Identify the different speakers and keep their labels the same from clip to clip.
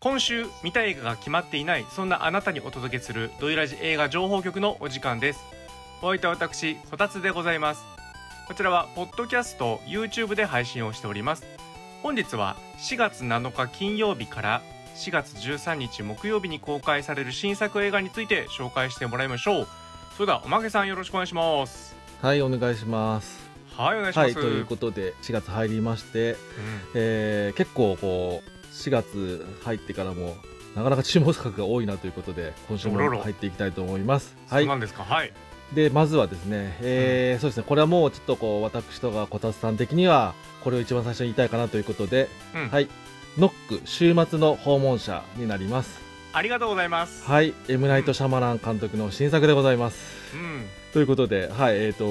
Speaker 1: 今週見たい映画が決まっていないそんなあなたにお届けするドイラジ映画情報局のお時間ですお相手は私こたつでございますこちらはポッドキャスト YouTube で配信をしております本日は4月7日金曜日から4月13日木曜日に公開される新作映画について紹介してもらいましょうそれではおまけさんよろしくお願いします
Speaker 2: はいお願いします。
Speaker 1: はいお願いしま
Speaker 2: はい
Speaker 1: す、
Speaker 2: ということで4月入りまして、えー結構こう4月入ってからもなかなか注文作が多いなということで今週も
Speaker 1: おろろ
Speaker 2: 入っていきたいと思います。
Speaker 1: は、
Speaker 2: はいい
Speaker 1: そうな。んですかはい
Speaker 2: でまずはですね、えーそうですねこれはもうちょっとこう私とかこたつさん的にはこれを一番最初に言いたいかなということで、
Speaker 1: うん
Speaker 2: はい。ノック週末の訪問者になります。
Speaker 1: ありがとうございます
Speaker 2: はい、エムナイトシャマラン監督の新作でございます。
Speaker 1: うん
Speaker 2: ということで、はい、えっ、と、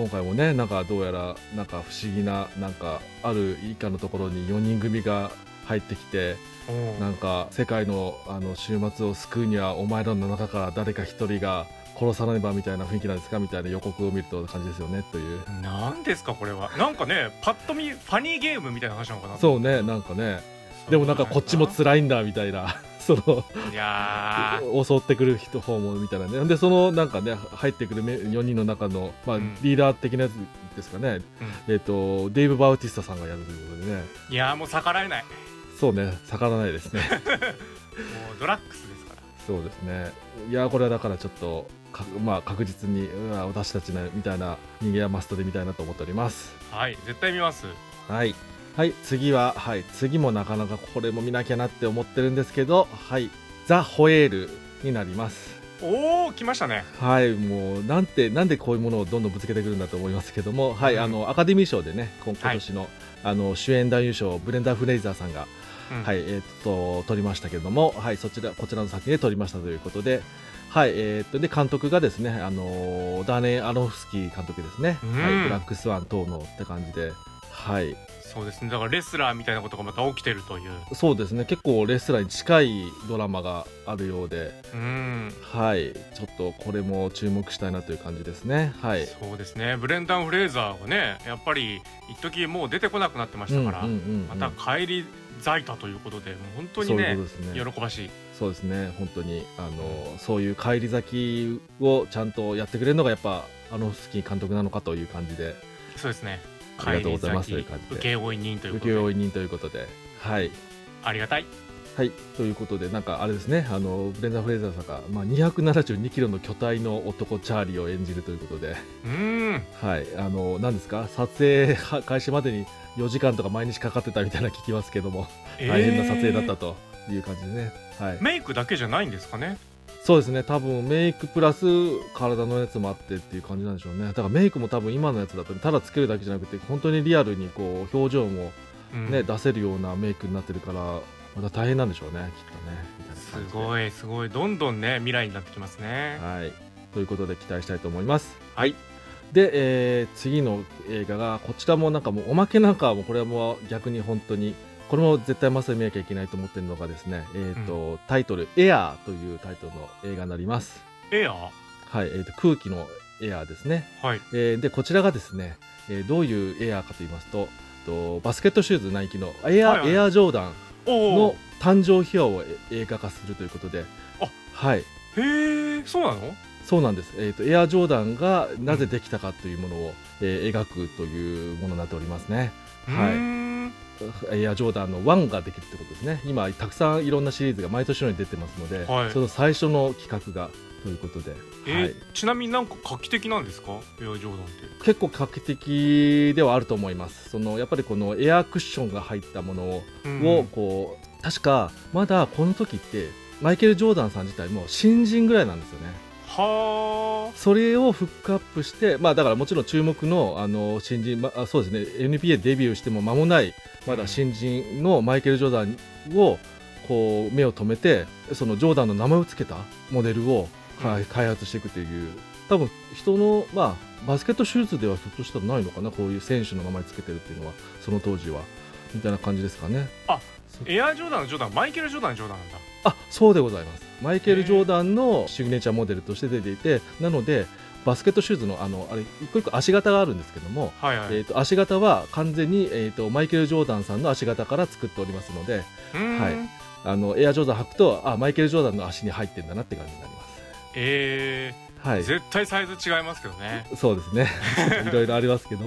Speaker 2: 今回もね、なんかどうやら、なんか不思議な、なんか、ある以下のところに4人組が入ってきて、
Speaker 1: おー
Speaker 2: なんか、世界の、あの、週末を救うには、お前らの中から誰か一人が殺さねばみたいな雰囲気なんですかみたいな予告を見ると感じですよね、という。
Speaker 1: なんですかこれはなんかねパッと見ファニーゲームみたいな話なのかな
Speaker 2: そうね、なんかね、でもなんかこっちも辛いんだ、みたいな、 その、
Speaker 1: いや
Speaker 2: 襲ってくる人方もみたいなねでそのなんかね入ってくる4人の中の、まあ
Speaker 1: うん
Speaker 2: リーダー的なやつですかね、えっ、とデイブ・バウティスタさんがやるということでね
Speaker 1: ーいやーもう逆らえない
Speaker 2: そうね逆らわな いですね
Speaker 1: もうドラッグスですから
Speaker 2: そうですねいやこれはだからちょっとかまあ確実にうわ私たちのみたいな人間はマストでみたいなと思っております
Speaker 1: はい絶対見ます
Speaker 2: はいはい次ははい次もなかなかこれも見なきゃなって思ってるんですけどはいザ・ホエールになります
Speaker 1: おお来ましたね
Speaker 2: はい、もうなんてなんでこういうものをどんどんぶつけてくるんだと思いますけども、はい、
Speaker 1: うん
Speaker 2: あのアカデミー賞でね、今
Speaker 1: は
Speaker 2: 今
Speaker 1: い
Speaker 2: 年の、あの主演男優賞をブレンダー・フレイザーさんが、
Speaker 1: うん
Speaker 2: はい、えーっと取りましたけども、はい、そちらこちらの作品で取りましたということで、はい、えーっとで監督がですね、あのダーネ・アロフスキー監督ですね、
Speaker 1: うん
Speaker 2: はい、ブラックスワン等のって感じで。はい、
Speaker 1: そうですねだからレスラーみたいなことがまた起きてるという
Speaker 2: そうですね結構レスラーに近いドラマがあるようで、
Speaker 1: うん
Speaker 2: はい、ちょっとこれも注目したいなという感じですね。はい、
Speaker 1: そうですねブレンダン・フレーザーがねやっぱり一時もう出てこなくなってましたから、
Speaker 2: うんうんうんうん
Speaker 1: また帰り咲いたということでもう本当
Speaker 2: そ
Speaker 1: に
Speaker 2: うい
Speaker 1: ね
Speaker 2: うことですね
Speaker 1: 喜ばしい
Speaker 2: そうですね本当にあのそういう返り咲きをちゃんとやってくれるのがやっぱあのスキー監督なのかという感じで
Speaker 1: そうですね
Speaker 2: ありがとうございますという
Speaker 1: 帰り
Speaker 2: 感
Speaker 1: 咲
Speaker 2: じ
Speaker 1: き
Speaker 2: で
Speaker 1: 請負人ということ
Speaker 2: 請
Speaker 1: で
Speaker 2: 負人ということではい
Speaker 1: ありがたい
Speaker 2: はいということでなんかあれですねあのブレンダー・フレイザーさんが、まあ、272キロの巨体の男チャーリーを演じるということで
Speaker 1: うん
Speaker 2: はいあの何ですか撮影開始までに4時間とか毎日かかってたみたいな聞きますけども、大変な撮影だった
Speaker 1: と、
Speaker 2: という感じでねはい
Speaker 1: メイクだけじゃないんですかね
Speaker 2: そうですね多分メイクプラス体のやつもあってっていう感じなんでしょうねだからメイクも多分今のやつだとただつけるだけじゃなくて本当にリアルにこう表情も
Speaker 1: うん
Speaker 2: ね、出せるようなメイクになってるからまた大変なんでしょうねきっとねみたいな
Speaker 1: す
Speaker 2: 感じです
Speaker 1: ごいすごいどんどんね未来になってきますね
Speaker 2: はいということで期待したいと思います
Speaker 1: はい
Speaker 2: で、えー次の映画がこちらもなんかもうおまけなんかはもうこれはもう逆に本当にこれも絶対まさに見なきゃいけないと思ってるのがですね、えーとタイトル「エアー」というタイトルの映画になります
Speaker 1: エアー
Speaker 2: はい、えー、と空気のエアーですね、
Speaker 1: はい
Speaker 2: えーでこちらがですね、えーどういうエアーかと言いますととバスケットシューズナイキのエア,、
Speaker 1: はいはい
Speaker 2: エアージョーダン
Speaker 1: お
Speaker 2: の
Speaker 1: お
Speaker 2: 誕生秘話をえ映画化するということで
Speaker 1: あ
Speaker 2: はい
Speaker 1: へえそうなの
Speaker 2: そうなんです、えー、とエアージョーダンがなぜできたかというものを、えー描くというものになっておりますねはい
Speaker 1: い
Speaker 2: エアージョーダンの1ができるってことですね今たくさんいろんなシリーズが毎年のように出てますので、
Speaker 1: はい
Speaker 2: その最初の企画がということで、
Speaker 1: え
Speaker 2: はい
Speaker 1: ーちなみになんか画期的なんですかエアジョーダンって
Speaker 2: 結構画期的ではあると思いますそのやっぱりこのエアークッションが入ったものを,、
Speaker 1: うん
Speaker 2: こう確かまだこの時ってマイケル・ジョーダンさん自体も新人ぐらいなんですよね
Speaker 1: は
Speaker 2: それをフックアップしてまあだからもちろん注目のあの新人、まあ、そうですね NBA デビューしても間もないまだ新人のマイケル・ジョーダンをこう目を留めてそのジョーダンの名前を付けたモデルを開開発していくという多分人の、まあ、バスケットシューズではひょっとしたらないのかなこういう選手の名前つけてるっていうのはその当時はみたいな感じですかね
Speaker 1: あ
Speaker 2: そ
Speaker 1: ーエアジョーダンのジョーダンマイケル・ジョーダンのジョーダンなんだ
Speaker 2: あそうでございますマイケル・ジョーダンのシグネチャーモデルとして出ていてなのでバスケットシューズのあのあれ一個一個足型があるんですけども、
Speaker 1: はいはい
Speaker 2: えー、と足型は完全に、えー、とマイケル・ジョーダンさんの足型から作っておりますので
Speaker 1: うーん
Speaker 2: はいあのエアジョーダン履くとあマイケル・ジョーダンの足に入ってんだなって感じになります。
Speaker 1: え
Speaker 2: は
Speaker 1: ー、
Speaker 2: い、
Speaker 1: 絶対サイズ違いますけどね。
Speaker 2: そうで すねいろいろありますけど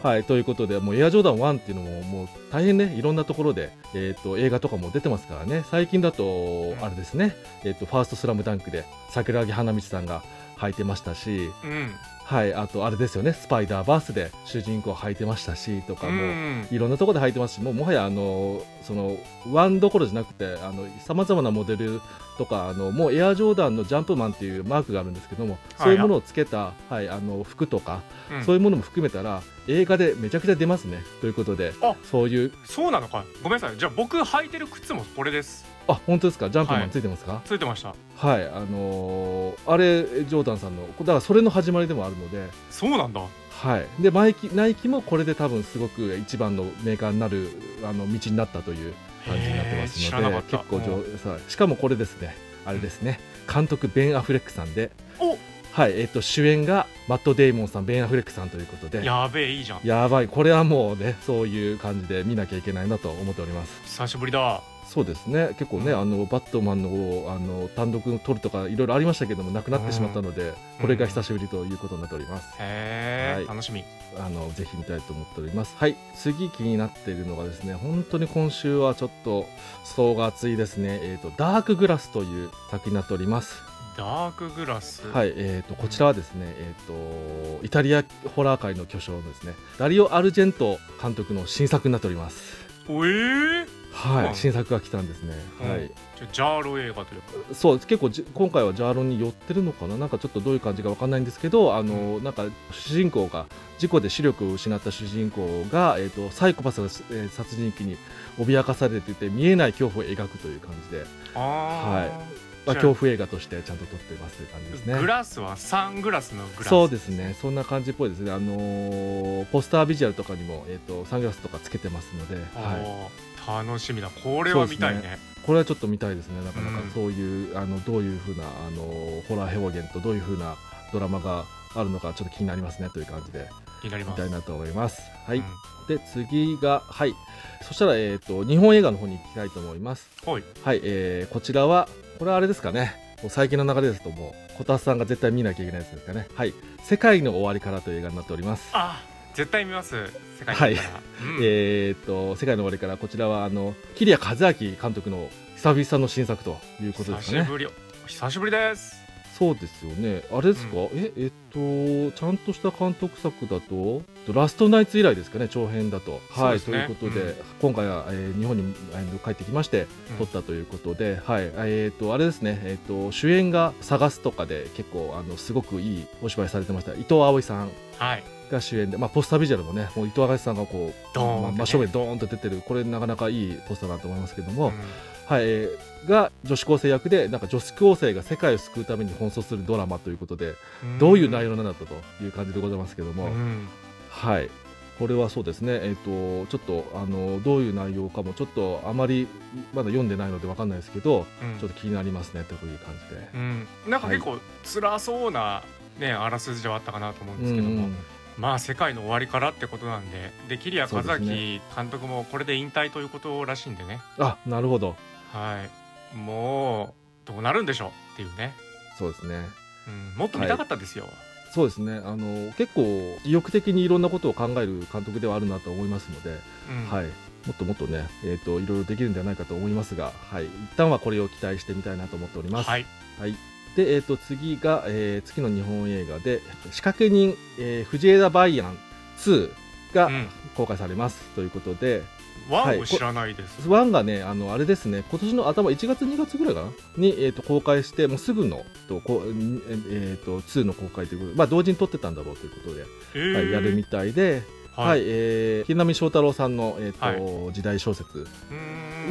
Speaker 1: は
Speaker 2: はい、ということで、もうエアジョーダン1っていうのも、もう大変ね、いろんなところで、えー、と映画とかも出てますからね、最近だと
Speaker 1: う、ん
Speaker 2: あれですね、えーと、ファーストスラムダンクで桜木花道さんが履いてましたし、
Speaker 1: い。うん。
Speaker 2: はい、あと、あれですよね、スパイダーバースで主人公履いてましたしとか
Speaker 1: う
Speaker 2: も。
Speaker 1: ん。
Speaker 2: いろんなところで履いてますし、もうもはやあのそのワンどころじゃなくて、さまざまなモデルとか、あのもうエアジョーダンのジャンプマンっていうマークがあるんですけども、そういうものをつけた、はい、あの服とか、
Speaker 1: うん
Speaker 2: そういうものも含めたら映画でめちゃくちゃ出ますねということで
Speaker 1: あ
Speaker 2: そういう
Speaker 1: そうなのかいごめんなさいじゃあ僕履いてる靴もこれです
Speaker 2: あ本当ですかジャンプマンついてますか
Speaker 1: ついてました
Speaker 2: はい、あのーあれジョーダンさんのだからそれの始まりでもあるので
Speaker 1: そうなんだ
Speaker 2: はいでマイキナイキもこれで多分すごく一番のメーカーになるあの道になったという感じになってま
Speaker 1: へー知
Speaker 2: す
Speaker 1: ら
Speaker 2: の
Speaker 1: な
Speaker 2: で
Speaker 1: かった
Speaker 2: 結構上さしかもこれですねあれですね監督ベン・アフレックさんで
Speaker 1: お
Speaker 2: はいえっと主演がマット・デイモンさんベン・アフレックさんということで
Speaker 1: やべえいいじゃん
Speaker 2: やばいこれはもうねそういう感じで見なきゃいけないなと思っております
Speaker 1: 久しぶりだ
Speaker 2: そうですね結構ね、
Speaker 1: うん
Speaker 2: あのバットマンのあの単独の撮るとかいろいろありましたけどもなくなってしまったので、これが久しぶりということになっております、
Speaker 1: へえ、
Speaker 2: はい
Speaker 1: 楽しみ
Speaker 2: あのぜひ見たいと思っておりますはい次気になっているのがですね本当に今週はちょっと層が厚いですねえっ、とダークグラスという作品になっております
Speaker 1: ダークグラス
Speaker 2: はいい、えー、とこちらはですね、えー、とイタリアホラー界の巨匠のですねダリオ・アルジェント監督の新作になっております
Speaker 1: えー、
Speaker 2: は
Speaker 1: うん
Speaker 2: い、新作が来たんですね、
Speaker 1: うん
Speaker 2: はい
Speaker 1: じゃジャーロ映画というか
Speaker 2: そう結構じ今回はジャーロンに寄ってるのかななんかちょっとどういう感じかわかんないんですけどあの、なんか主人公が事故で視力を失った主人公が、えー、とサイコパスが、えー殺人鬼に脅かされてて見えない恐怖を描くという感じで、
Speaker 1: あ
Speaker 2: まあ、
Speaker 1: じゃあ
Speaker 2: 恐怖映画としてちゃんと撮ってますという感じ
Speaker 1: ー
Speaker 2: ですね。
Speaker 1: グラスはサングラスのグラス
Speaker 2: そうですね、そんな感じっぽいですね、あのーポスタービジュアルとかにも、えー、とサングラスとかつけてますので、はい、
Speaker 1: おー楽しみだこれは見たいね
Speaker 2: そうこれはちょっと見たいですね、なかな
Speaker 1: うん
Speaker 2: かそういう、あのどういうふうな、あのーホラー表現とどういうふうなドラマがあるのか、ちょっと気になりますねという感じで、
Speaker 1: 気になり
Speaker 2: 見
Speaker 1: ます
Speaker 2: たいなと思います。は、
Speaker 1: はい
Speaker 2: で次が、はい、そしたら、えー、と日本映画の方に行きたいと思います。
Speaker 1: はい
Speaker 2: はい、えーこちらは、これはあれですかね。もう最近の流れですと、もう、こたつさんが絶対見なきゃいけないやつですかね。はい。世界の終わりからという映画になっております。
Speaker 1: あ絶対見ます世界中から、うん
Speaker 2: えーっと、世界の終わりから、こちらは、あの、桐谷和明監督の久々の新作ということで
Speaker 1: 久
Speaker 2: すか
Speaker 1: し
Speaker 2: ね。
Speaker 1: ぶり久しぶりです
Speaker 2: そうですよね。あれですか、
Speaker 1: う
Speaker 2: え、えーっと、ちゃんとした監督作だと、ラストナイツ以来ですかね、長編だと。
Speaker 1: そう
Speaker 2: は
Speaker 1: で
Speaker 2: い、
Speaker 1: す
Speaker 2: と
Speaker 1: ね
Speaker 2: いうことで、今回は、えー日本にあの帰ってきまして、
Speaker 1: う
Speaker 2: 撮
Speaker 1: ん
Speaker 2: ったということで、はい、えっ、と、あれですね、えっ、と、主演が探すとかで、結構、あの、すごくいいお芝居されてました。伊藤葵さん
Speaker 1: はい
Speaker 2: が主演で、まあ、ポスタービジュアルもね、もう伊藤葵さんがこう。
Speaker 1: ドーンってね
Speaker 2: まあ真正面にドーンと出てる、これなかなかいいポスターだと思いますけども。
Speaker 1: うん
Speaker 2: はい、えーが女子高生役で、なんか女子高生が世界を救うために奔走するドラマということで。どういう内容なんだったという感じでございますけども。
Speaker 1: うん
Speaker 2: はい、これはそうですね、えー、とちょっとあのどういう内容かも、ちょっとあまりまだ読んでないので分かんないですけど、
Speaker 1: うん
Speaker 2: ちょっと気になりますねという感じで。
Speaker 1: うん、なんか結構辛そうな、ね、あらすじではあったかなと思うんですけども、
Speaker 2: うん
Speaker 1: まあ世界の終わりからってことなんでで桐谷和
Speaker 2: そうです
Speaker 1: 明監督もこれで引退ということらしいんでね
Speaker 2: あなるほど、
Speaker 1: はいもうどうなるんでしょうっていうね、
Speaker 2: そうですね。
Speaker 1: うん、もっと見たかったですよ、
Speaker 2: そうですねあの結構意欲的にいろんなことを考える監督ではあるなと思いますので、
Speaker 1: うん
Speaker 2: はい、もっともっとね、えー、といろいろできるんじゃないかと思いますが、はい、一旦はこれを期待してみたいなと思っております。
Speaker 1: はい
Speaker 2: はい、で、えー、と次が、えー次の日本映画で「仕掛け人、えー藤枝梅安2」が
Speaker 1: うん
Speaker 2: 公開されます、ということで
Speaker 1: ワ
Speaker 2: は
Speaker 1: ン
Speaker 2: い
Speaker 1: を知らないです、
Speaker 2: 1がねあのあれですね今年の頭1月2月ぐらいかなに、えー、と公開してもうすぐのとこう、えー、と2の公開ということで、まあ、同時に撮ってたんだろうということで、
Speaker 1: えー
Speaker 2: はい、やるみたいで。はい、えー、池波正太郎さんの、えーと時代小説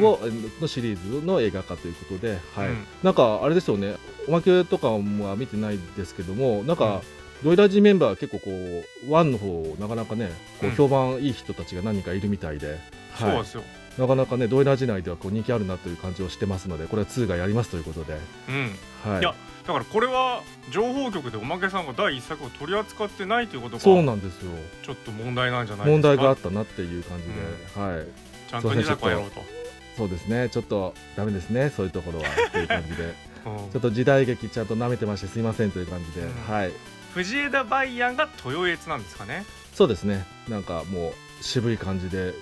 Speaker 1: うーん
Speaker 2: を、のシリーズの映画化ということで、はい
Speaker 1: うん
Speaker 2: なんかあれですよねおまけとかは見てないですけどもなんか、ドイラジメンバーは結構こうワンの方なかなかねこ
Speaker 1: う
Speaker 2: うん評判いい人たちが何人かいるみたいで、
Speaker 1: そう
Speaker 2: は
Speaker 1: ですよ、
Speaker 2: い、なかなかねドイラジ内ではこう人気あるなという感じをしてますのでこれは2がやりますということで、
Speaker 1: うん、
Speaker 2: はい
Speaker 1: い、やだからこれは情報局でおまけさんが第一作を取り扱ってないということが
Speaker 2: そうなんですよ
Speaker 1: ちょっと問題なんじゃないですか
Speaker 2: 問題があったなっていう感じで、はい
Speaker 1: ちゃんと2作はやろうと
Speaker 2: そうですねちょっとダメですねそういうところはっていう感じ で
Speaker 1: うん
Speaker 2: ちょっと時代劇ちゃんと舐めてましてすいませんという感じで、
Speaker 1: うん
Speaker 2: はい
Speaker 1: 藤枝梅安が豊悦なんですかね。
Speaker 2: そうですねなんかもう渋い感じで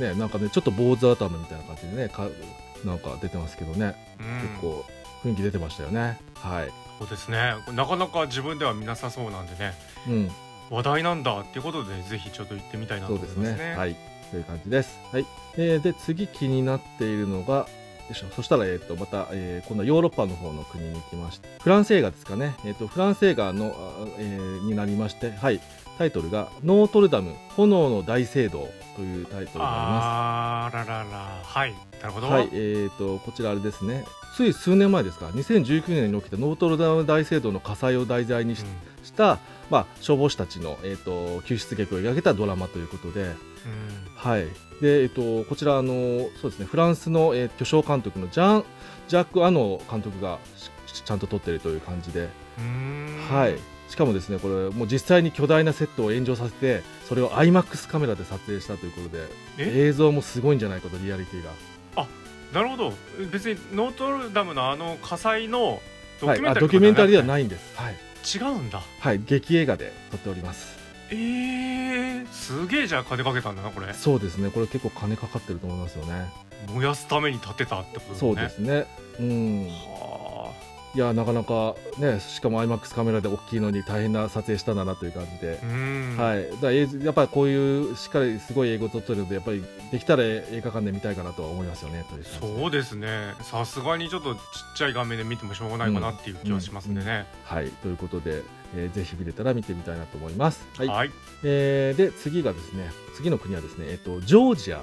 Speaker 1: うん
Speaker 2: ねなんかねちょっと坊主頭みたいな感じでねかなんか出てますけどね
Speaker 1: うん
Speaker 2: 結構雰囲気出てましたよねはい
Speaker 1: そうですねなかなか自分では見なさそうなんでね
Speaker 2: うん
Speaker 1: 話題なんだっていうことでぜひちょっと行ってみたいなと
Speaker 2: そ
Speaker 1: 思
Speaker 2: う
Speaker 1: い
Speaker 2: です
Speaker 1: ますね
Speaker 2: ねはいという感じですはい、えーで次気になっているのがよいしょそしたら、えー、とまた、えー今度はヨーロッパの方の国に行きましてフランス映画ですかね、えー、とフランス映画の、あえーになりまして、はい、タイトルが「ノートルダム炎の大聖堂」というタイトルになります。
Speaker 1: あーらららはいなるほど、
Speaker 2: はい、えー、とこちらあれですねつい数年前ですか2019年に起きたノートルダム大聖堂の火災を題材にし,、
Speaker 1: う
Speaker 2: た、まあ、消防士たちの、えー、と救出劇を描けたドラマということで、
Speaker 1: んうん
Speaker 2: はいでえー、とこちらあのそうです、ね、フランスの、えー巨匠監督のジャンジャック・アノ監督がしちゃんと撮っているという感じで、
Speaker 1: うーん
Speaker 2: はい、しかもですねこれもう実際に巨大なセットを炎上させてそれを IMAX カメラで撮影したということで
Speaker 1: え
Speaker 2: 映像もすごいんじゃないかとリアリティが。
Speaker 1: なるほど別にノートルダムのあの火災のド
Speaker 2: は
Speaker 1: キュ
Speaker 2: い、
Speaker 1: メン
Speaker 2: あ
Speaker 1: タリー
Speaker 2: ドキュメンタリーではいないんです。はい、
Speaker 1: 違うんだ
Speaker 2: はい、劇映画で撮っております。
Speaker 1: えー、すげえじゃあ金かけたんだなこれ
Speaker 2: そうですね、これ結構金かかってると思いますよね。
Speaker 1: 燃やすために建てたってことですね
Speaker 2: そうですね。うん、い
Speaker 1: は
Speaker 2: や、なかなかね、しかも IMAX カメラで大きいのに大変な撮影したんだなという感じで
Speaker 1: あ。うん、
Speaker 2: はいい、だから映像やっぱりこういうしっかりすごい英語を撮ってるのでやっぱりできたら映画館で見たいかなとは思いますよねという感じで
Speaker 1: そうですねさすがにちょっとちっちゃい画面で見てもしょうがないかなっていう気はしますんでね、
Speaker 2: はいということで、えーぜひ見れたら見てみたいなと思いますはい、
Speaker 1: はい
Speaker 2: えーで次がですね次の国はですね、えっとジョージア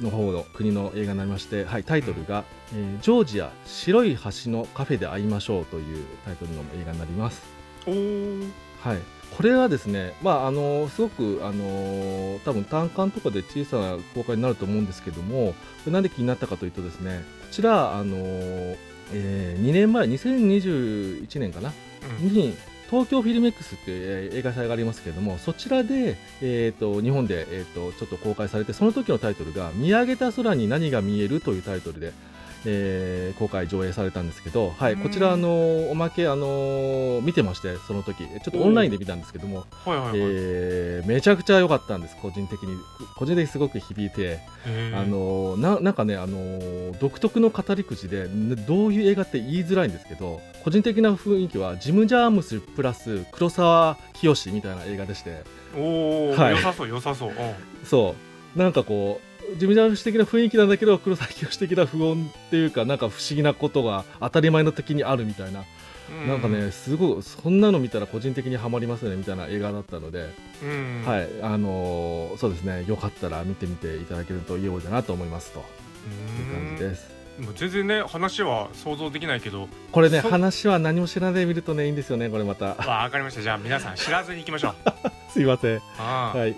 Speaker 2: の方の国の映画になりまして、はい、タイトルが、えージョージア白い橋のカフェで会いましょう」というタイトルの映画になります。
Speaker 1: おー
Speaker 2: はい、これはですね、まあ、あのすごく、あの多分単館とかで小さな公開になると思うんですけどもこれなんで気になったかというとですねこちら、あのえ2年前2021年かな
Speaker 1: うん
Speaker 2: に東京フィルメックスっていうえー映画祭がありますけれどもそちらで、えー、と日本で、えー、とちょっと公開されてその時のタイトルが「見上げた空に何が見える」というタイトルで、えー公開上映されたんですけど、はい、
Speaker 1: うん
Speaker 2: こちらあのおまけあの見てましてその時ちょっとオンラインで見たんですけども、
Speaker 1: はいはいはい、
Speaker 2: えーめちゃくちゃ良かったんです個人的に個人的にすごく響いて。
Speaker 1: へー
Speaker 2: あのななんかね、あの独特の語り口でねどういう映画って言いづらいんですけど個人的な雰囲気はジム・ジャームスプラス黒沢清みたいな映画でして
Speaker 1: おお、
Speaker 2: はい
Speaker 1: 良さそう良さそう、うん
Speaker 2: そうなんかこうジム・ジャームス的な雰囲気なんだけど黒沢清的な不穏っていうかなんか不思議なことが当たり前の時にあるみたいな、
Speaker 1: うん
Speaker 2: なんかねすごいそんなの見たら個人的にはまりますねみたいな映画だったので、
Speaker 1: うん、
Speaker 2: はいいあのそうですねよかったら見てみていただけると良いだなと思いますという感じです。
Speaker 1: うんもう全然ね話は想像できないけ ど
Speaker 2: これね
Speaker 1: そう
Speaker 2: 話は何も知らないで見るとねいいんですよねこれまた
Speaker 1: わあわかりましたじゃあ皆さん知らずに行きましょう
Speaker 2: すいません
Speaker 1: あー
Speaker 2: はい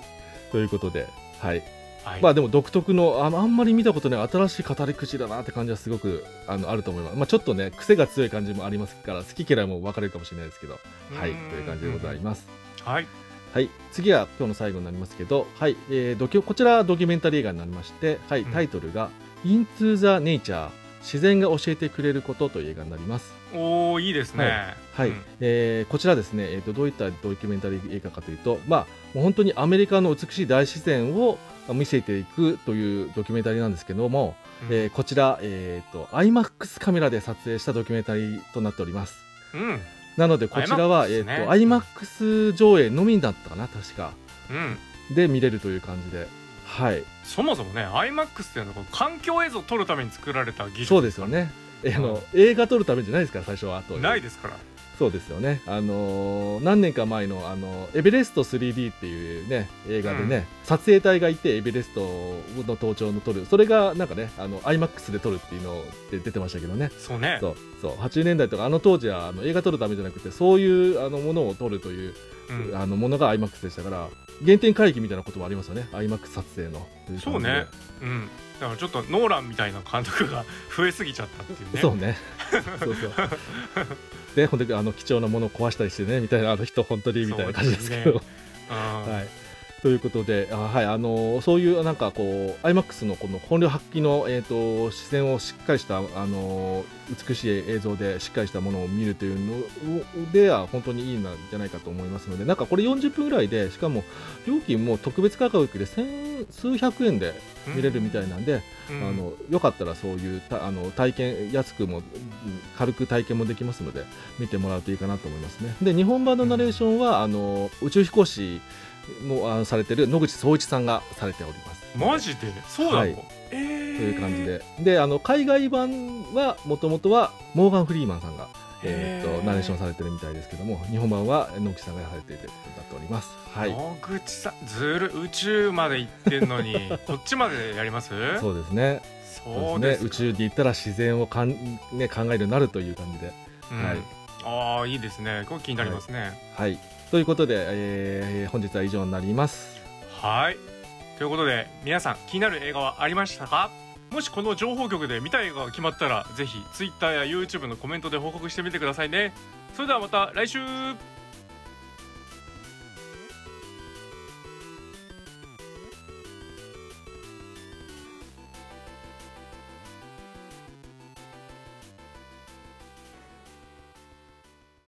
Speaker 2: ということではい、
Speaker 1: はい、
Speaker 2: まあでも独特のああんまり見たことない新しい語り口だなって感じはすごくあのあると思いますまあちょっとね癖が強い感じもありますから好き嫌いも分かれるかもしれないですけどはいという感じでござい
Speaker 1: す、
Speaker 2: ます
Speaker 1: はい
Speaker 2: はい次は今日の最後になりますけどはい、えードキュこちらはドキュメンタリー映画になりましてはい
Speaker 1: うん
Speaker 2: タイトルが「Into the Nature 自然が教えてくれること」という映画になります
Speaker 1: おおいいですね
Speaker 2: はい
Speaker 1: うん
Speaker 2: えーこちらですね、えー、とどういったドキュメンタリー映画かというと、まあ、もう本当にアメリカの美しい大自然をまあ見せていくというドキュメンタリーなんですけども、えーこちら、えー、と IMAX カメラで撮影したドキュメンタリーとなっております
Speaker 1: うんうん
Speaker 2: なのでこちらは
Speaker 1: IMAX
Speaker 2: え
Speaker 1: です
Speaker 2: ー
Speaker 1: ね
Speaker 2: と IMAX 上映のみだったかな確か
Speaker 1: うん
Speaker 2: で見れるという感じではい
Speaker 1: そもそもね IMAX っていうのはこう環境映像を撮るために作られた技術
Speaker 2: そうですよね、えーあの映画撮るためじゃないですから最初はという
Speaker 1: ないですから
Speaker 2: そうですよね、あのー何年か前の、あのーエベレスト 3D っていう、ね、映画でね、
Speaker 1: うん
Speaker 2: 撮影隊がいてエベレストの登頂の撮るそれがなんかねあの IMAX で撮るっていうので出てましたけどね
Speaker 1: そうね
Speaker 2: そうそう80年代とかあの当時はあの映画撮るためじゃなくてそういうあのものを撮るという、
Speaker 1: うん
Speaker 2: あのものが IMAX でしたから原点回帰みたいなこともありますよね IMAX 撮影のとい感じで
Speaker 1: そうねうんだからちょっとノーランみたいな監督が増えすぎちゃったっていうね
Speaker 2: そうね。そ うそう。で、本当にあの貴重なものを壊したりしてね、みたいな、あの人、本当にみたいな感じですけど、
Speaker 1: うん
Speaker 2: はい。ということで、あはい、あのそういうなんかこう IMAX のこの本領発揮の、えー、と視線をしっかりしたあの美しい映像でしっかりしたものを見るというのでは本当にいいんじゃないかと思いますのでなんかこれ40分ぐらいでしかも料金も特別価格で千数百円で見れるみたいなんで、
Speaker 1: うん
Speaker 2: あのよかったらそういうたあの体験安くもうん軽く体験もできますので見てもらうといいかなと思いますねで日本版のナレーションは、あの宇宙飛行士もあのされてる野口聡一さんがされております
Speaker 1: マジでそうなの、
Speaker 2: はい
Speaker 1: え
Speaker 2: と
Speaker 1: ー
Speaker 2: いう感じでであの海外版はもともとはモーガン・フリーマンさんが、えーっ
Speaker 1: へ
Speaker 2: と
Speaker 1: ー
Speaker 2: ナレーションされてるみたいですけども日本版は野口さんがされているということになっておりますはい
Speaker 1: 野口さんずる宇宙まで行ってん のにこっちまでやります
Speaker 2: そうですね
Speaker 1: そ
Speaker 2: そう
Speaker 1: う
Speaker 2: で
Speaker 1: ですす
Speaker 2: ね宇宙に行ったら自然をかん、ね、考えるようになるという感じで
Speaker 1: うん
Speaker 2: はい
Speaker 1: ああいいですねこれ気になりますね
Speaker 2: はい。ということで、えー本日は以上になります。
Speaker 1: はいということで皆さん気になる映画はありましたかもしこの情報局で見たい映画が決まったらぜひ Twitter や YouTube のコメントで報告してみてくださいねそれではまた来週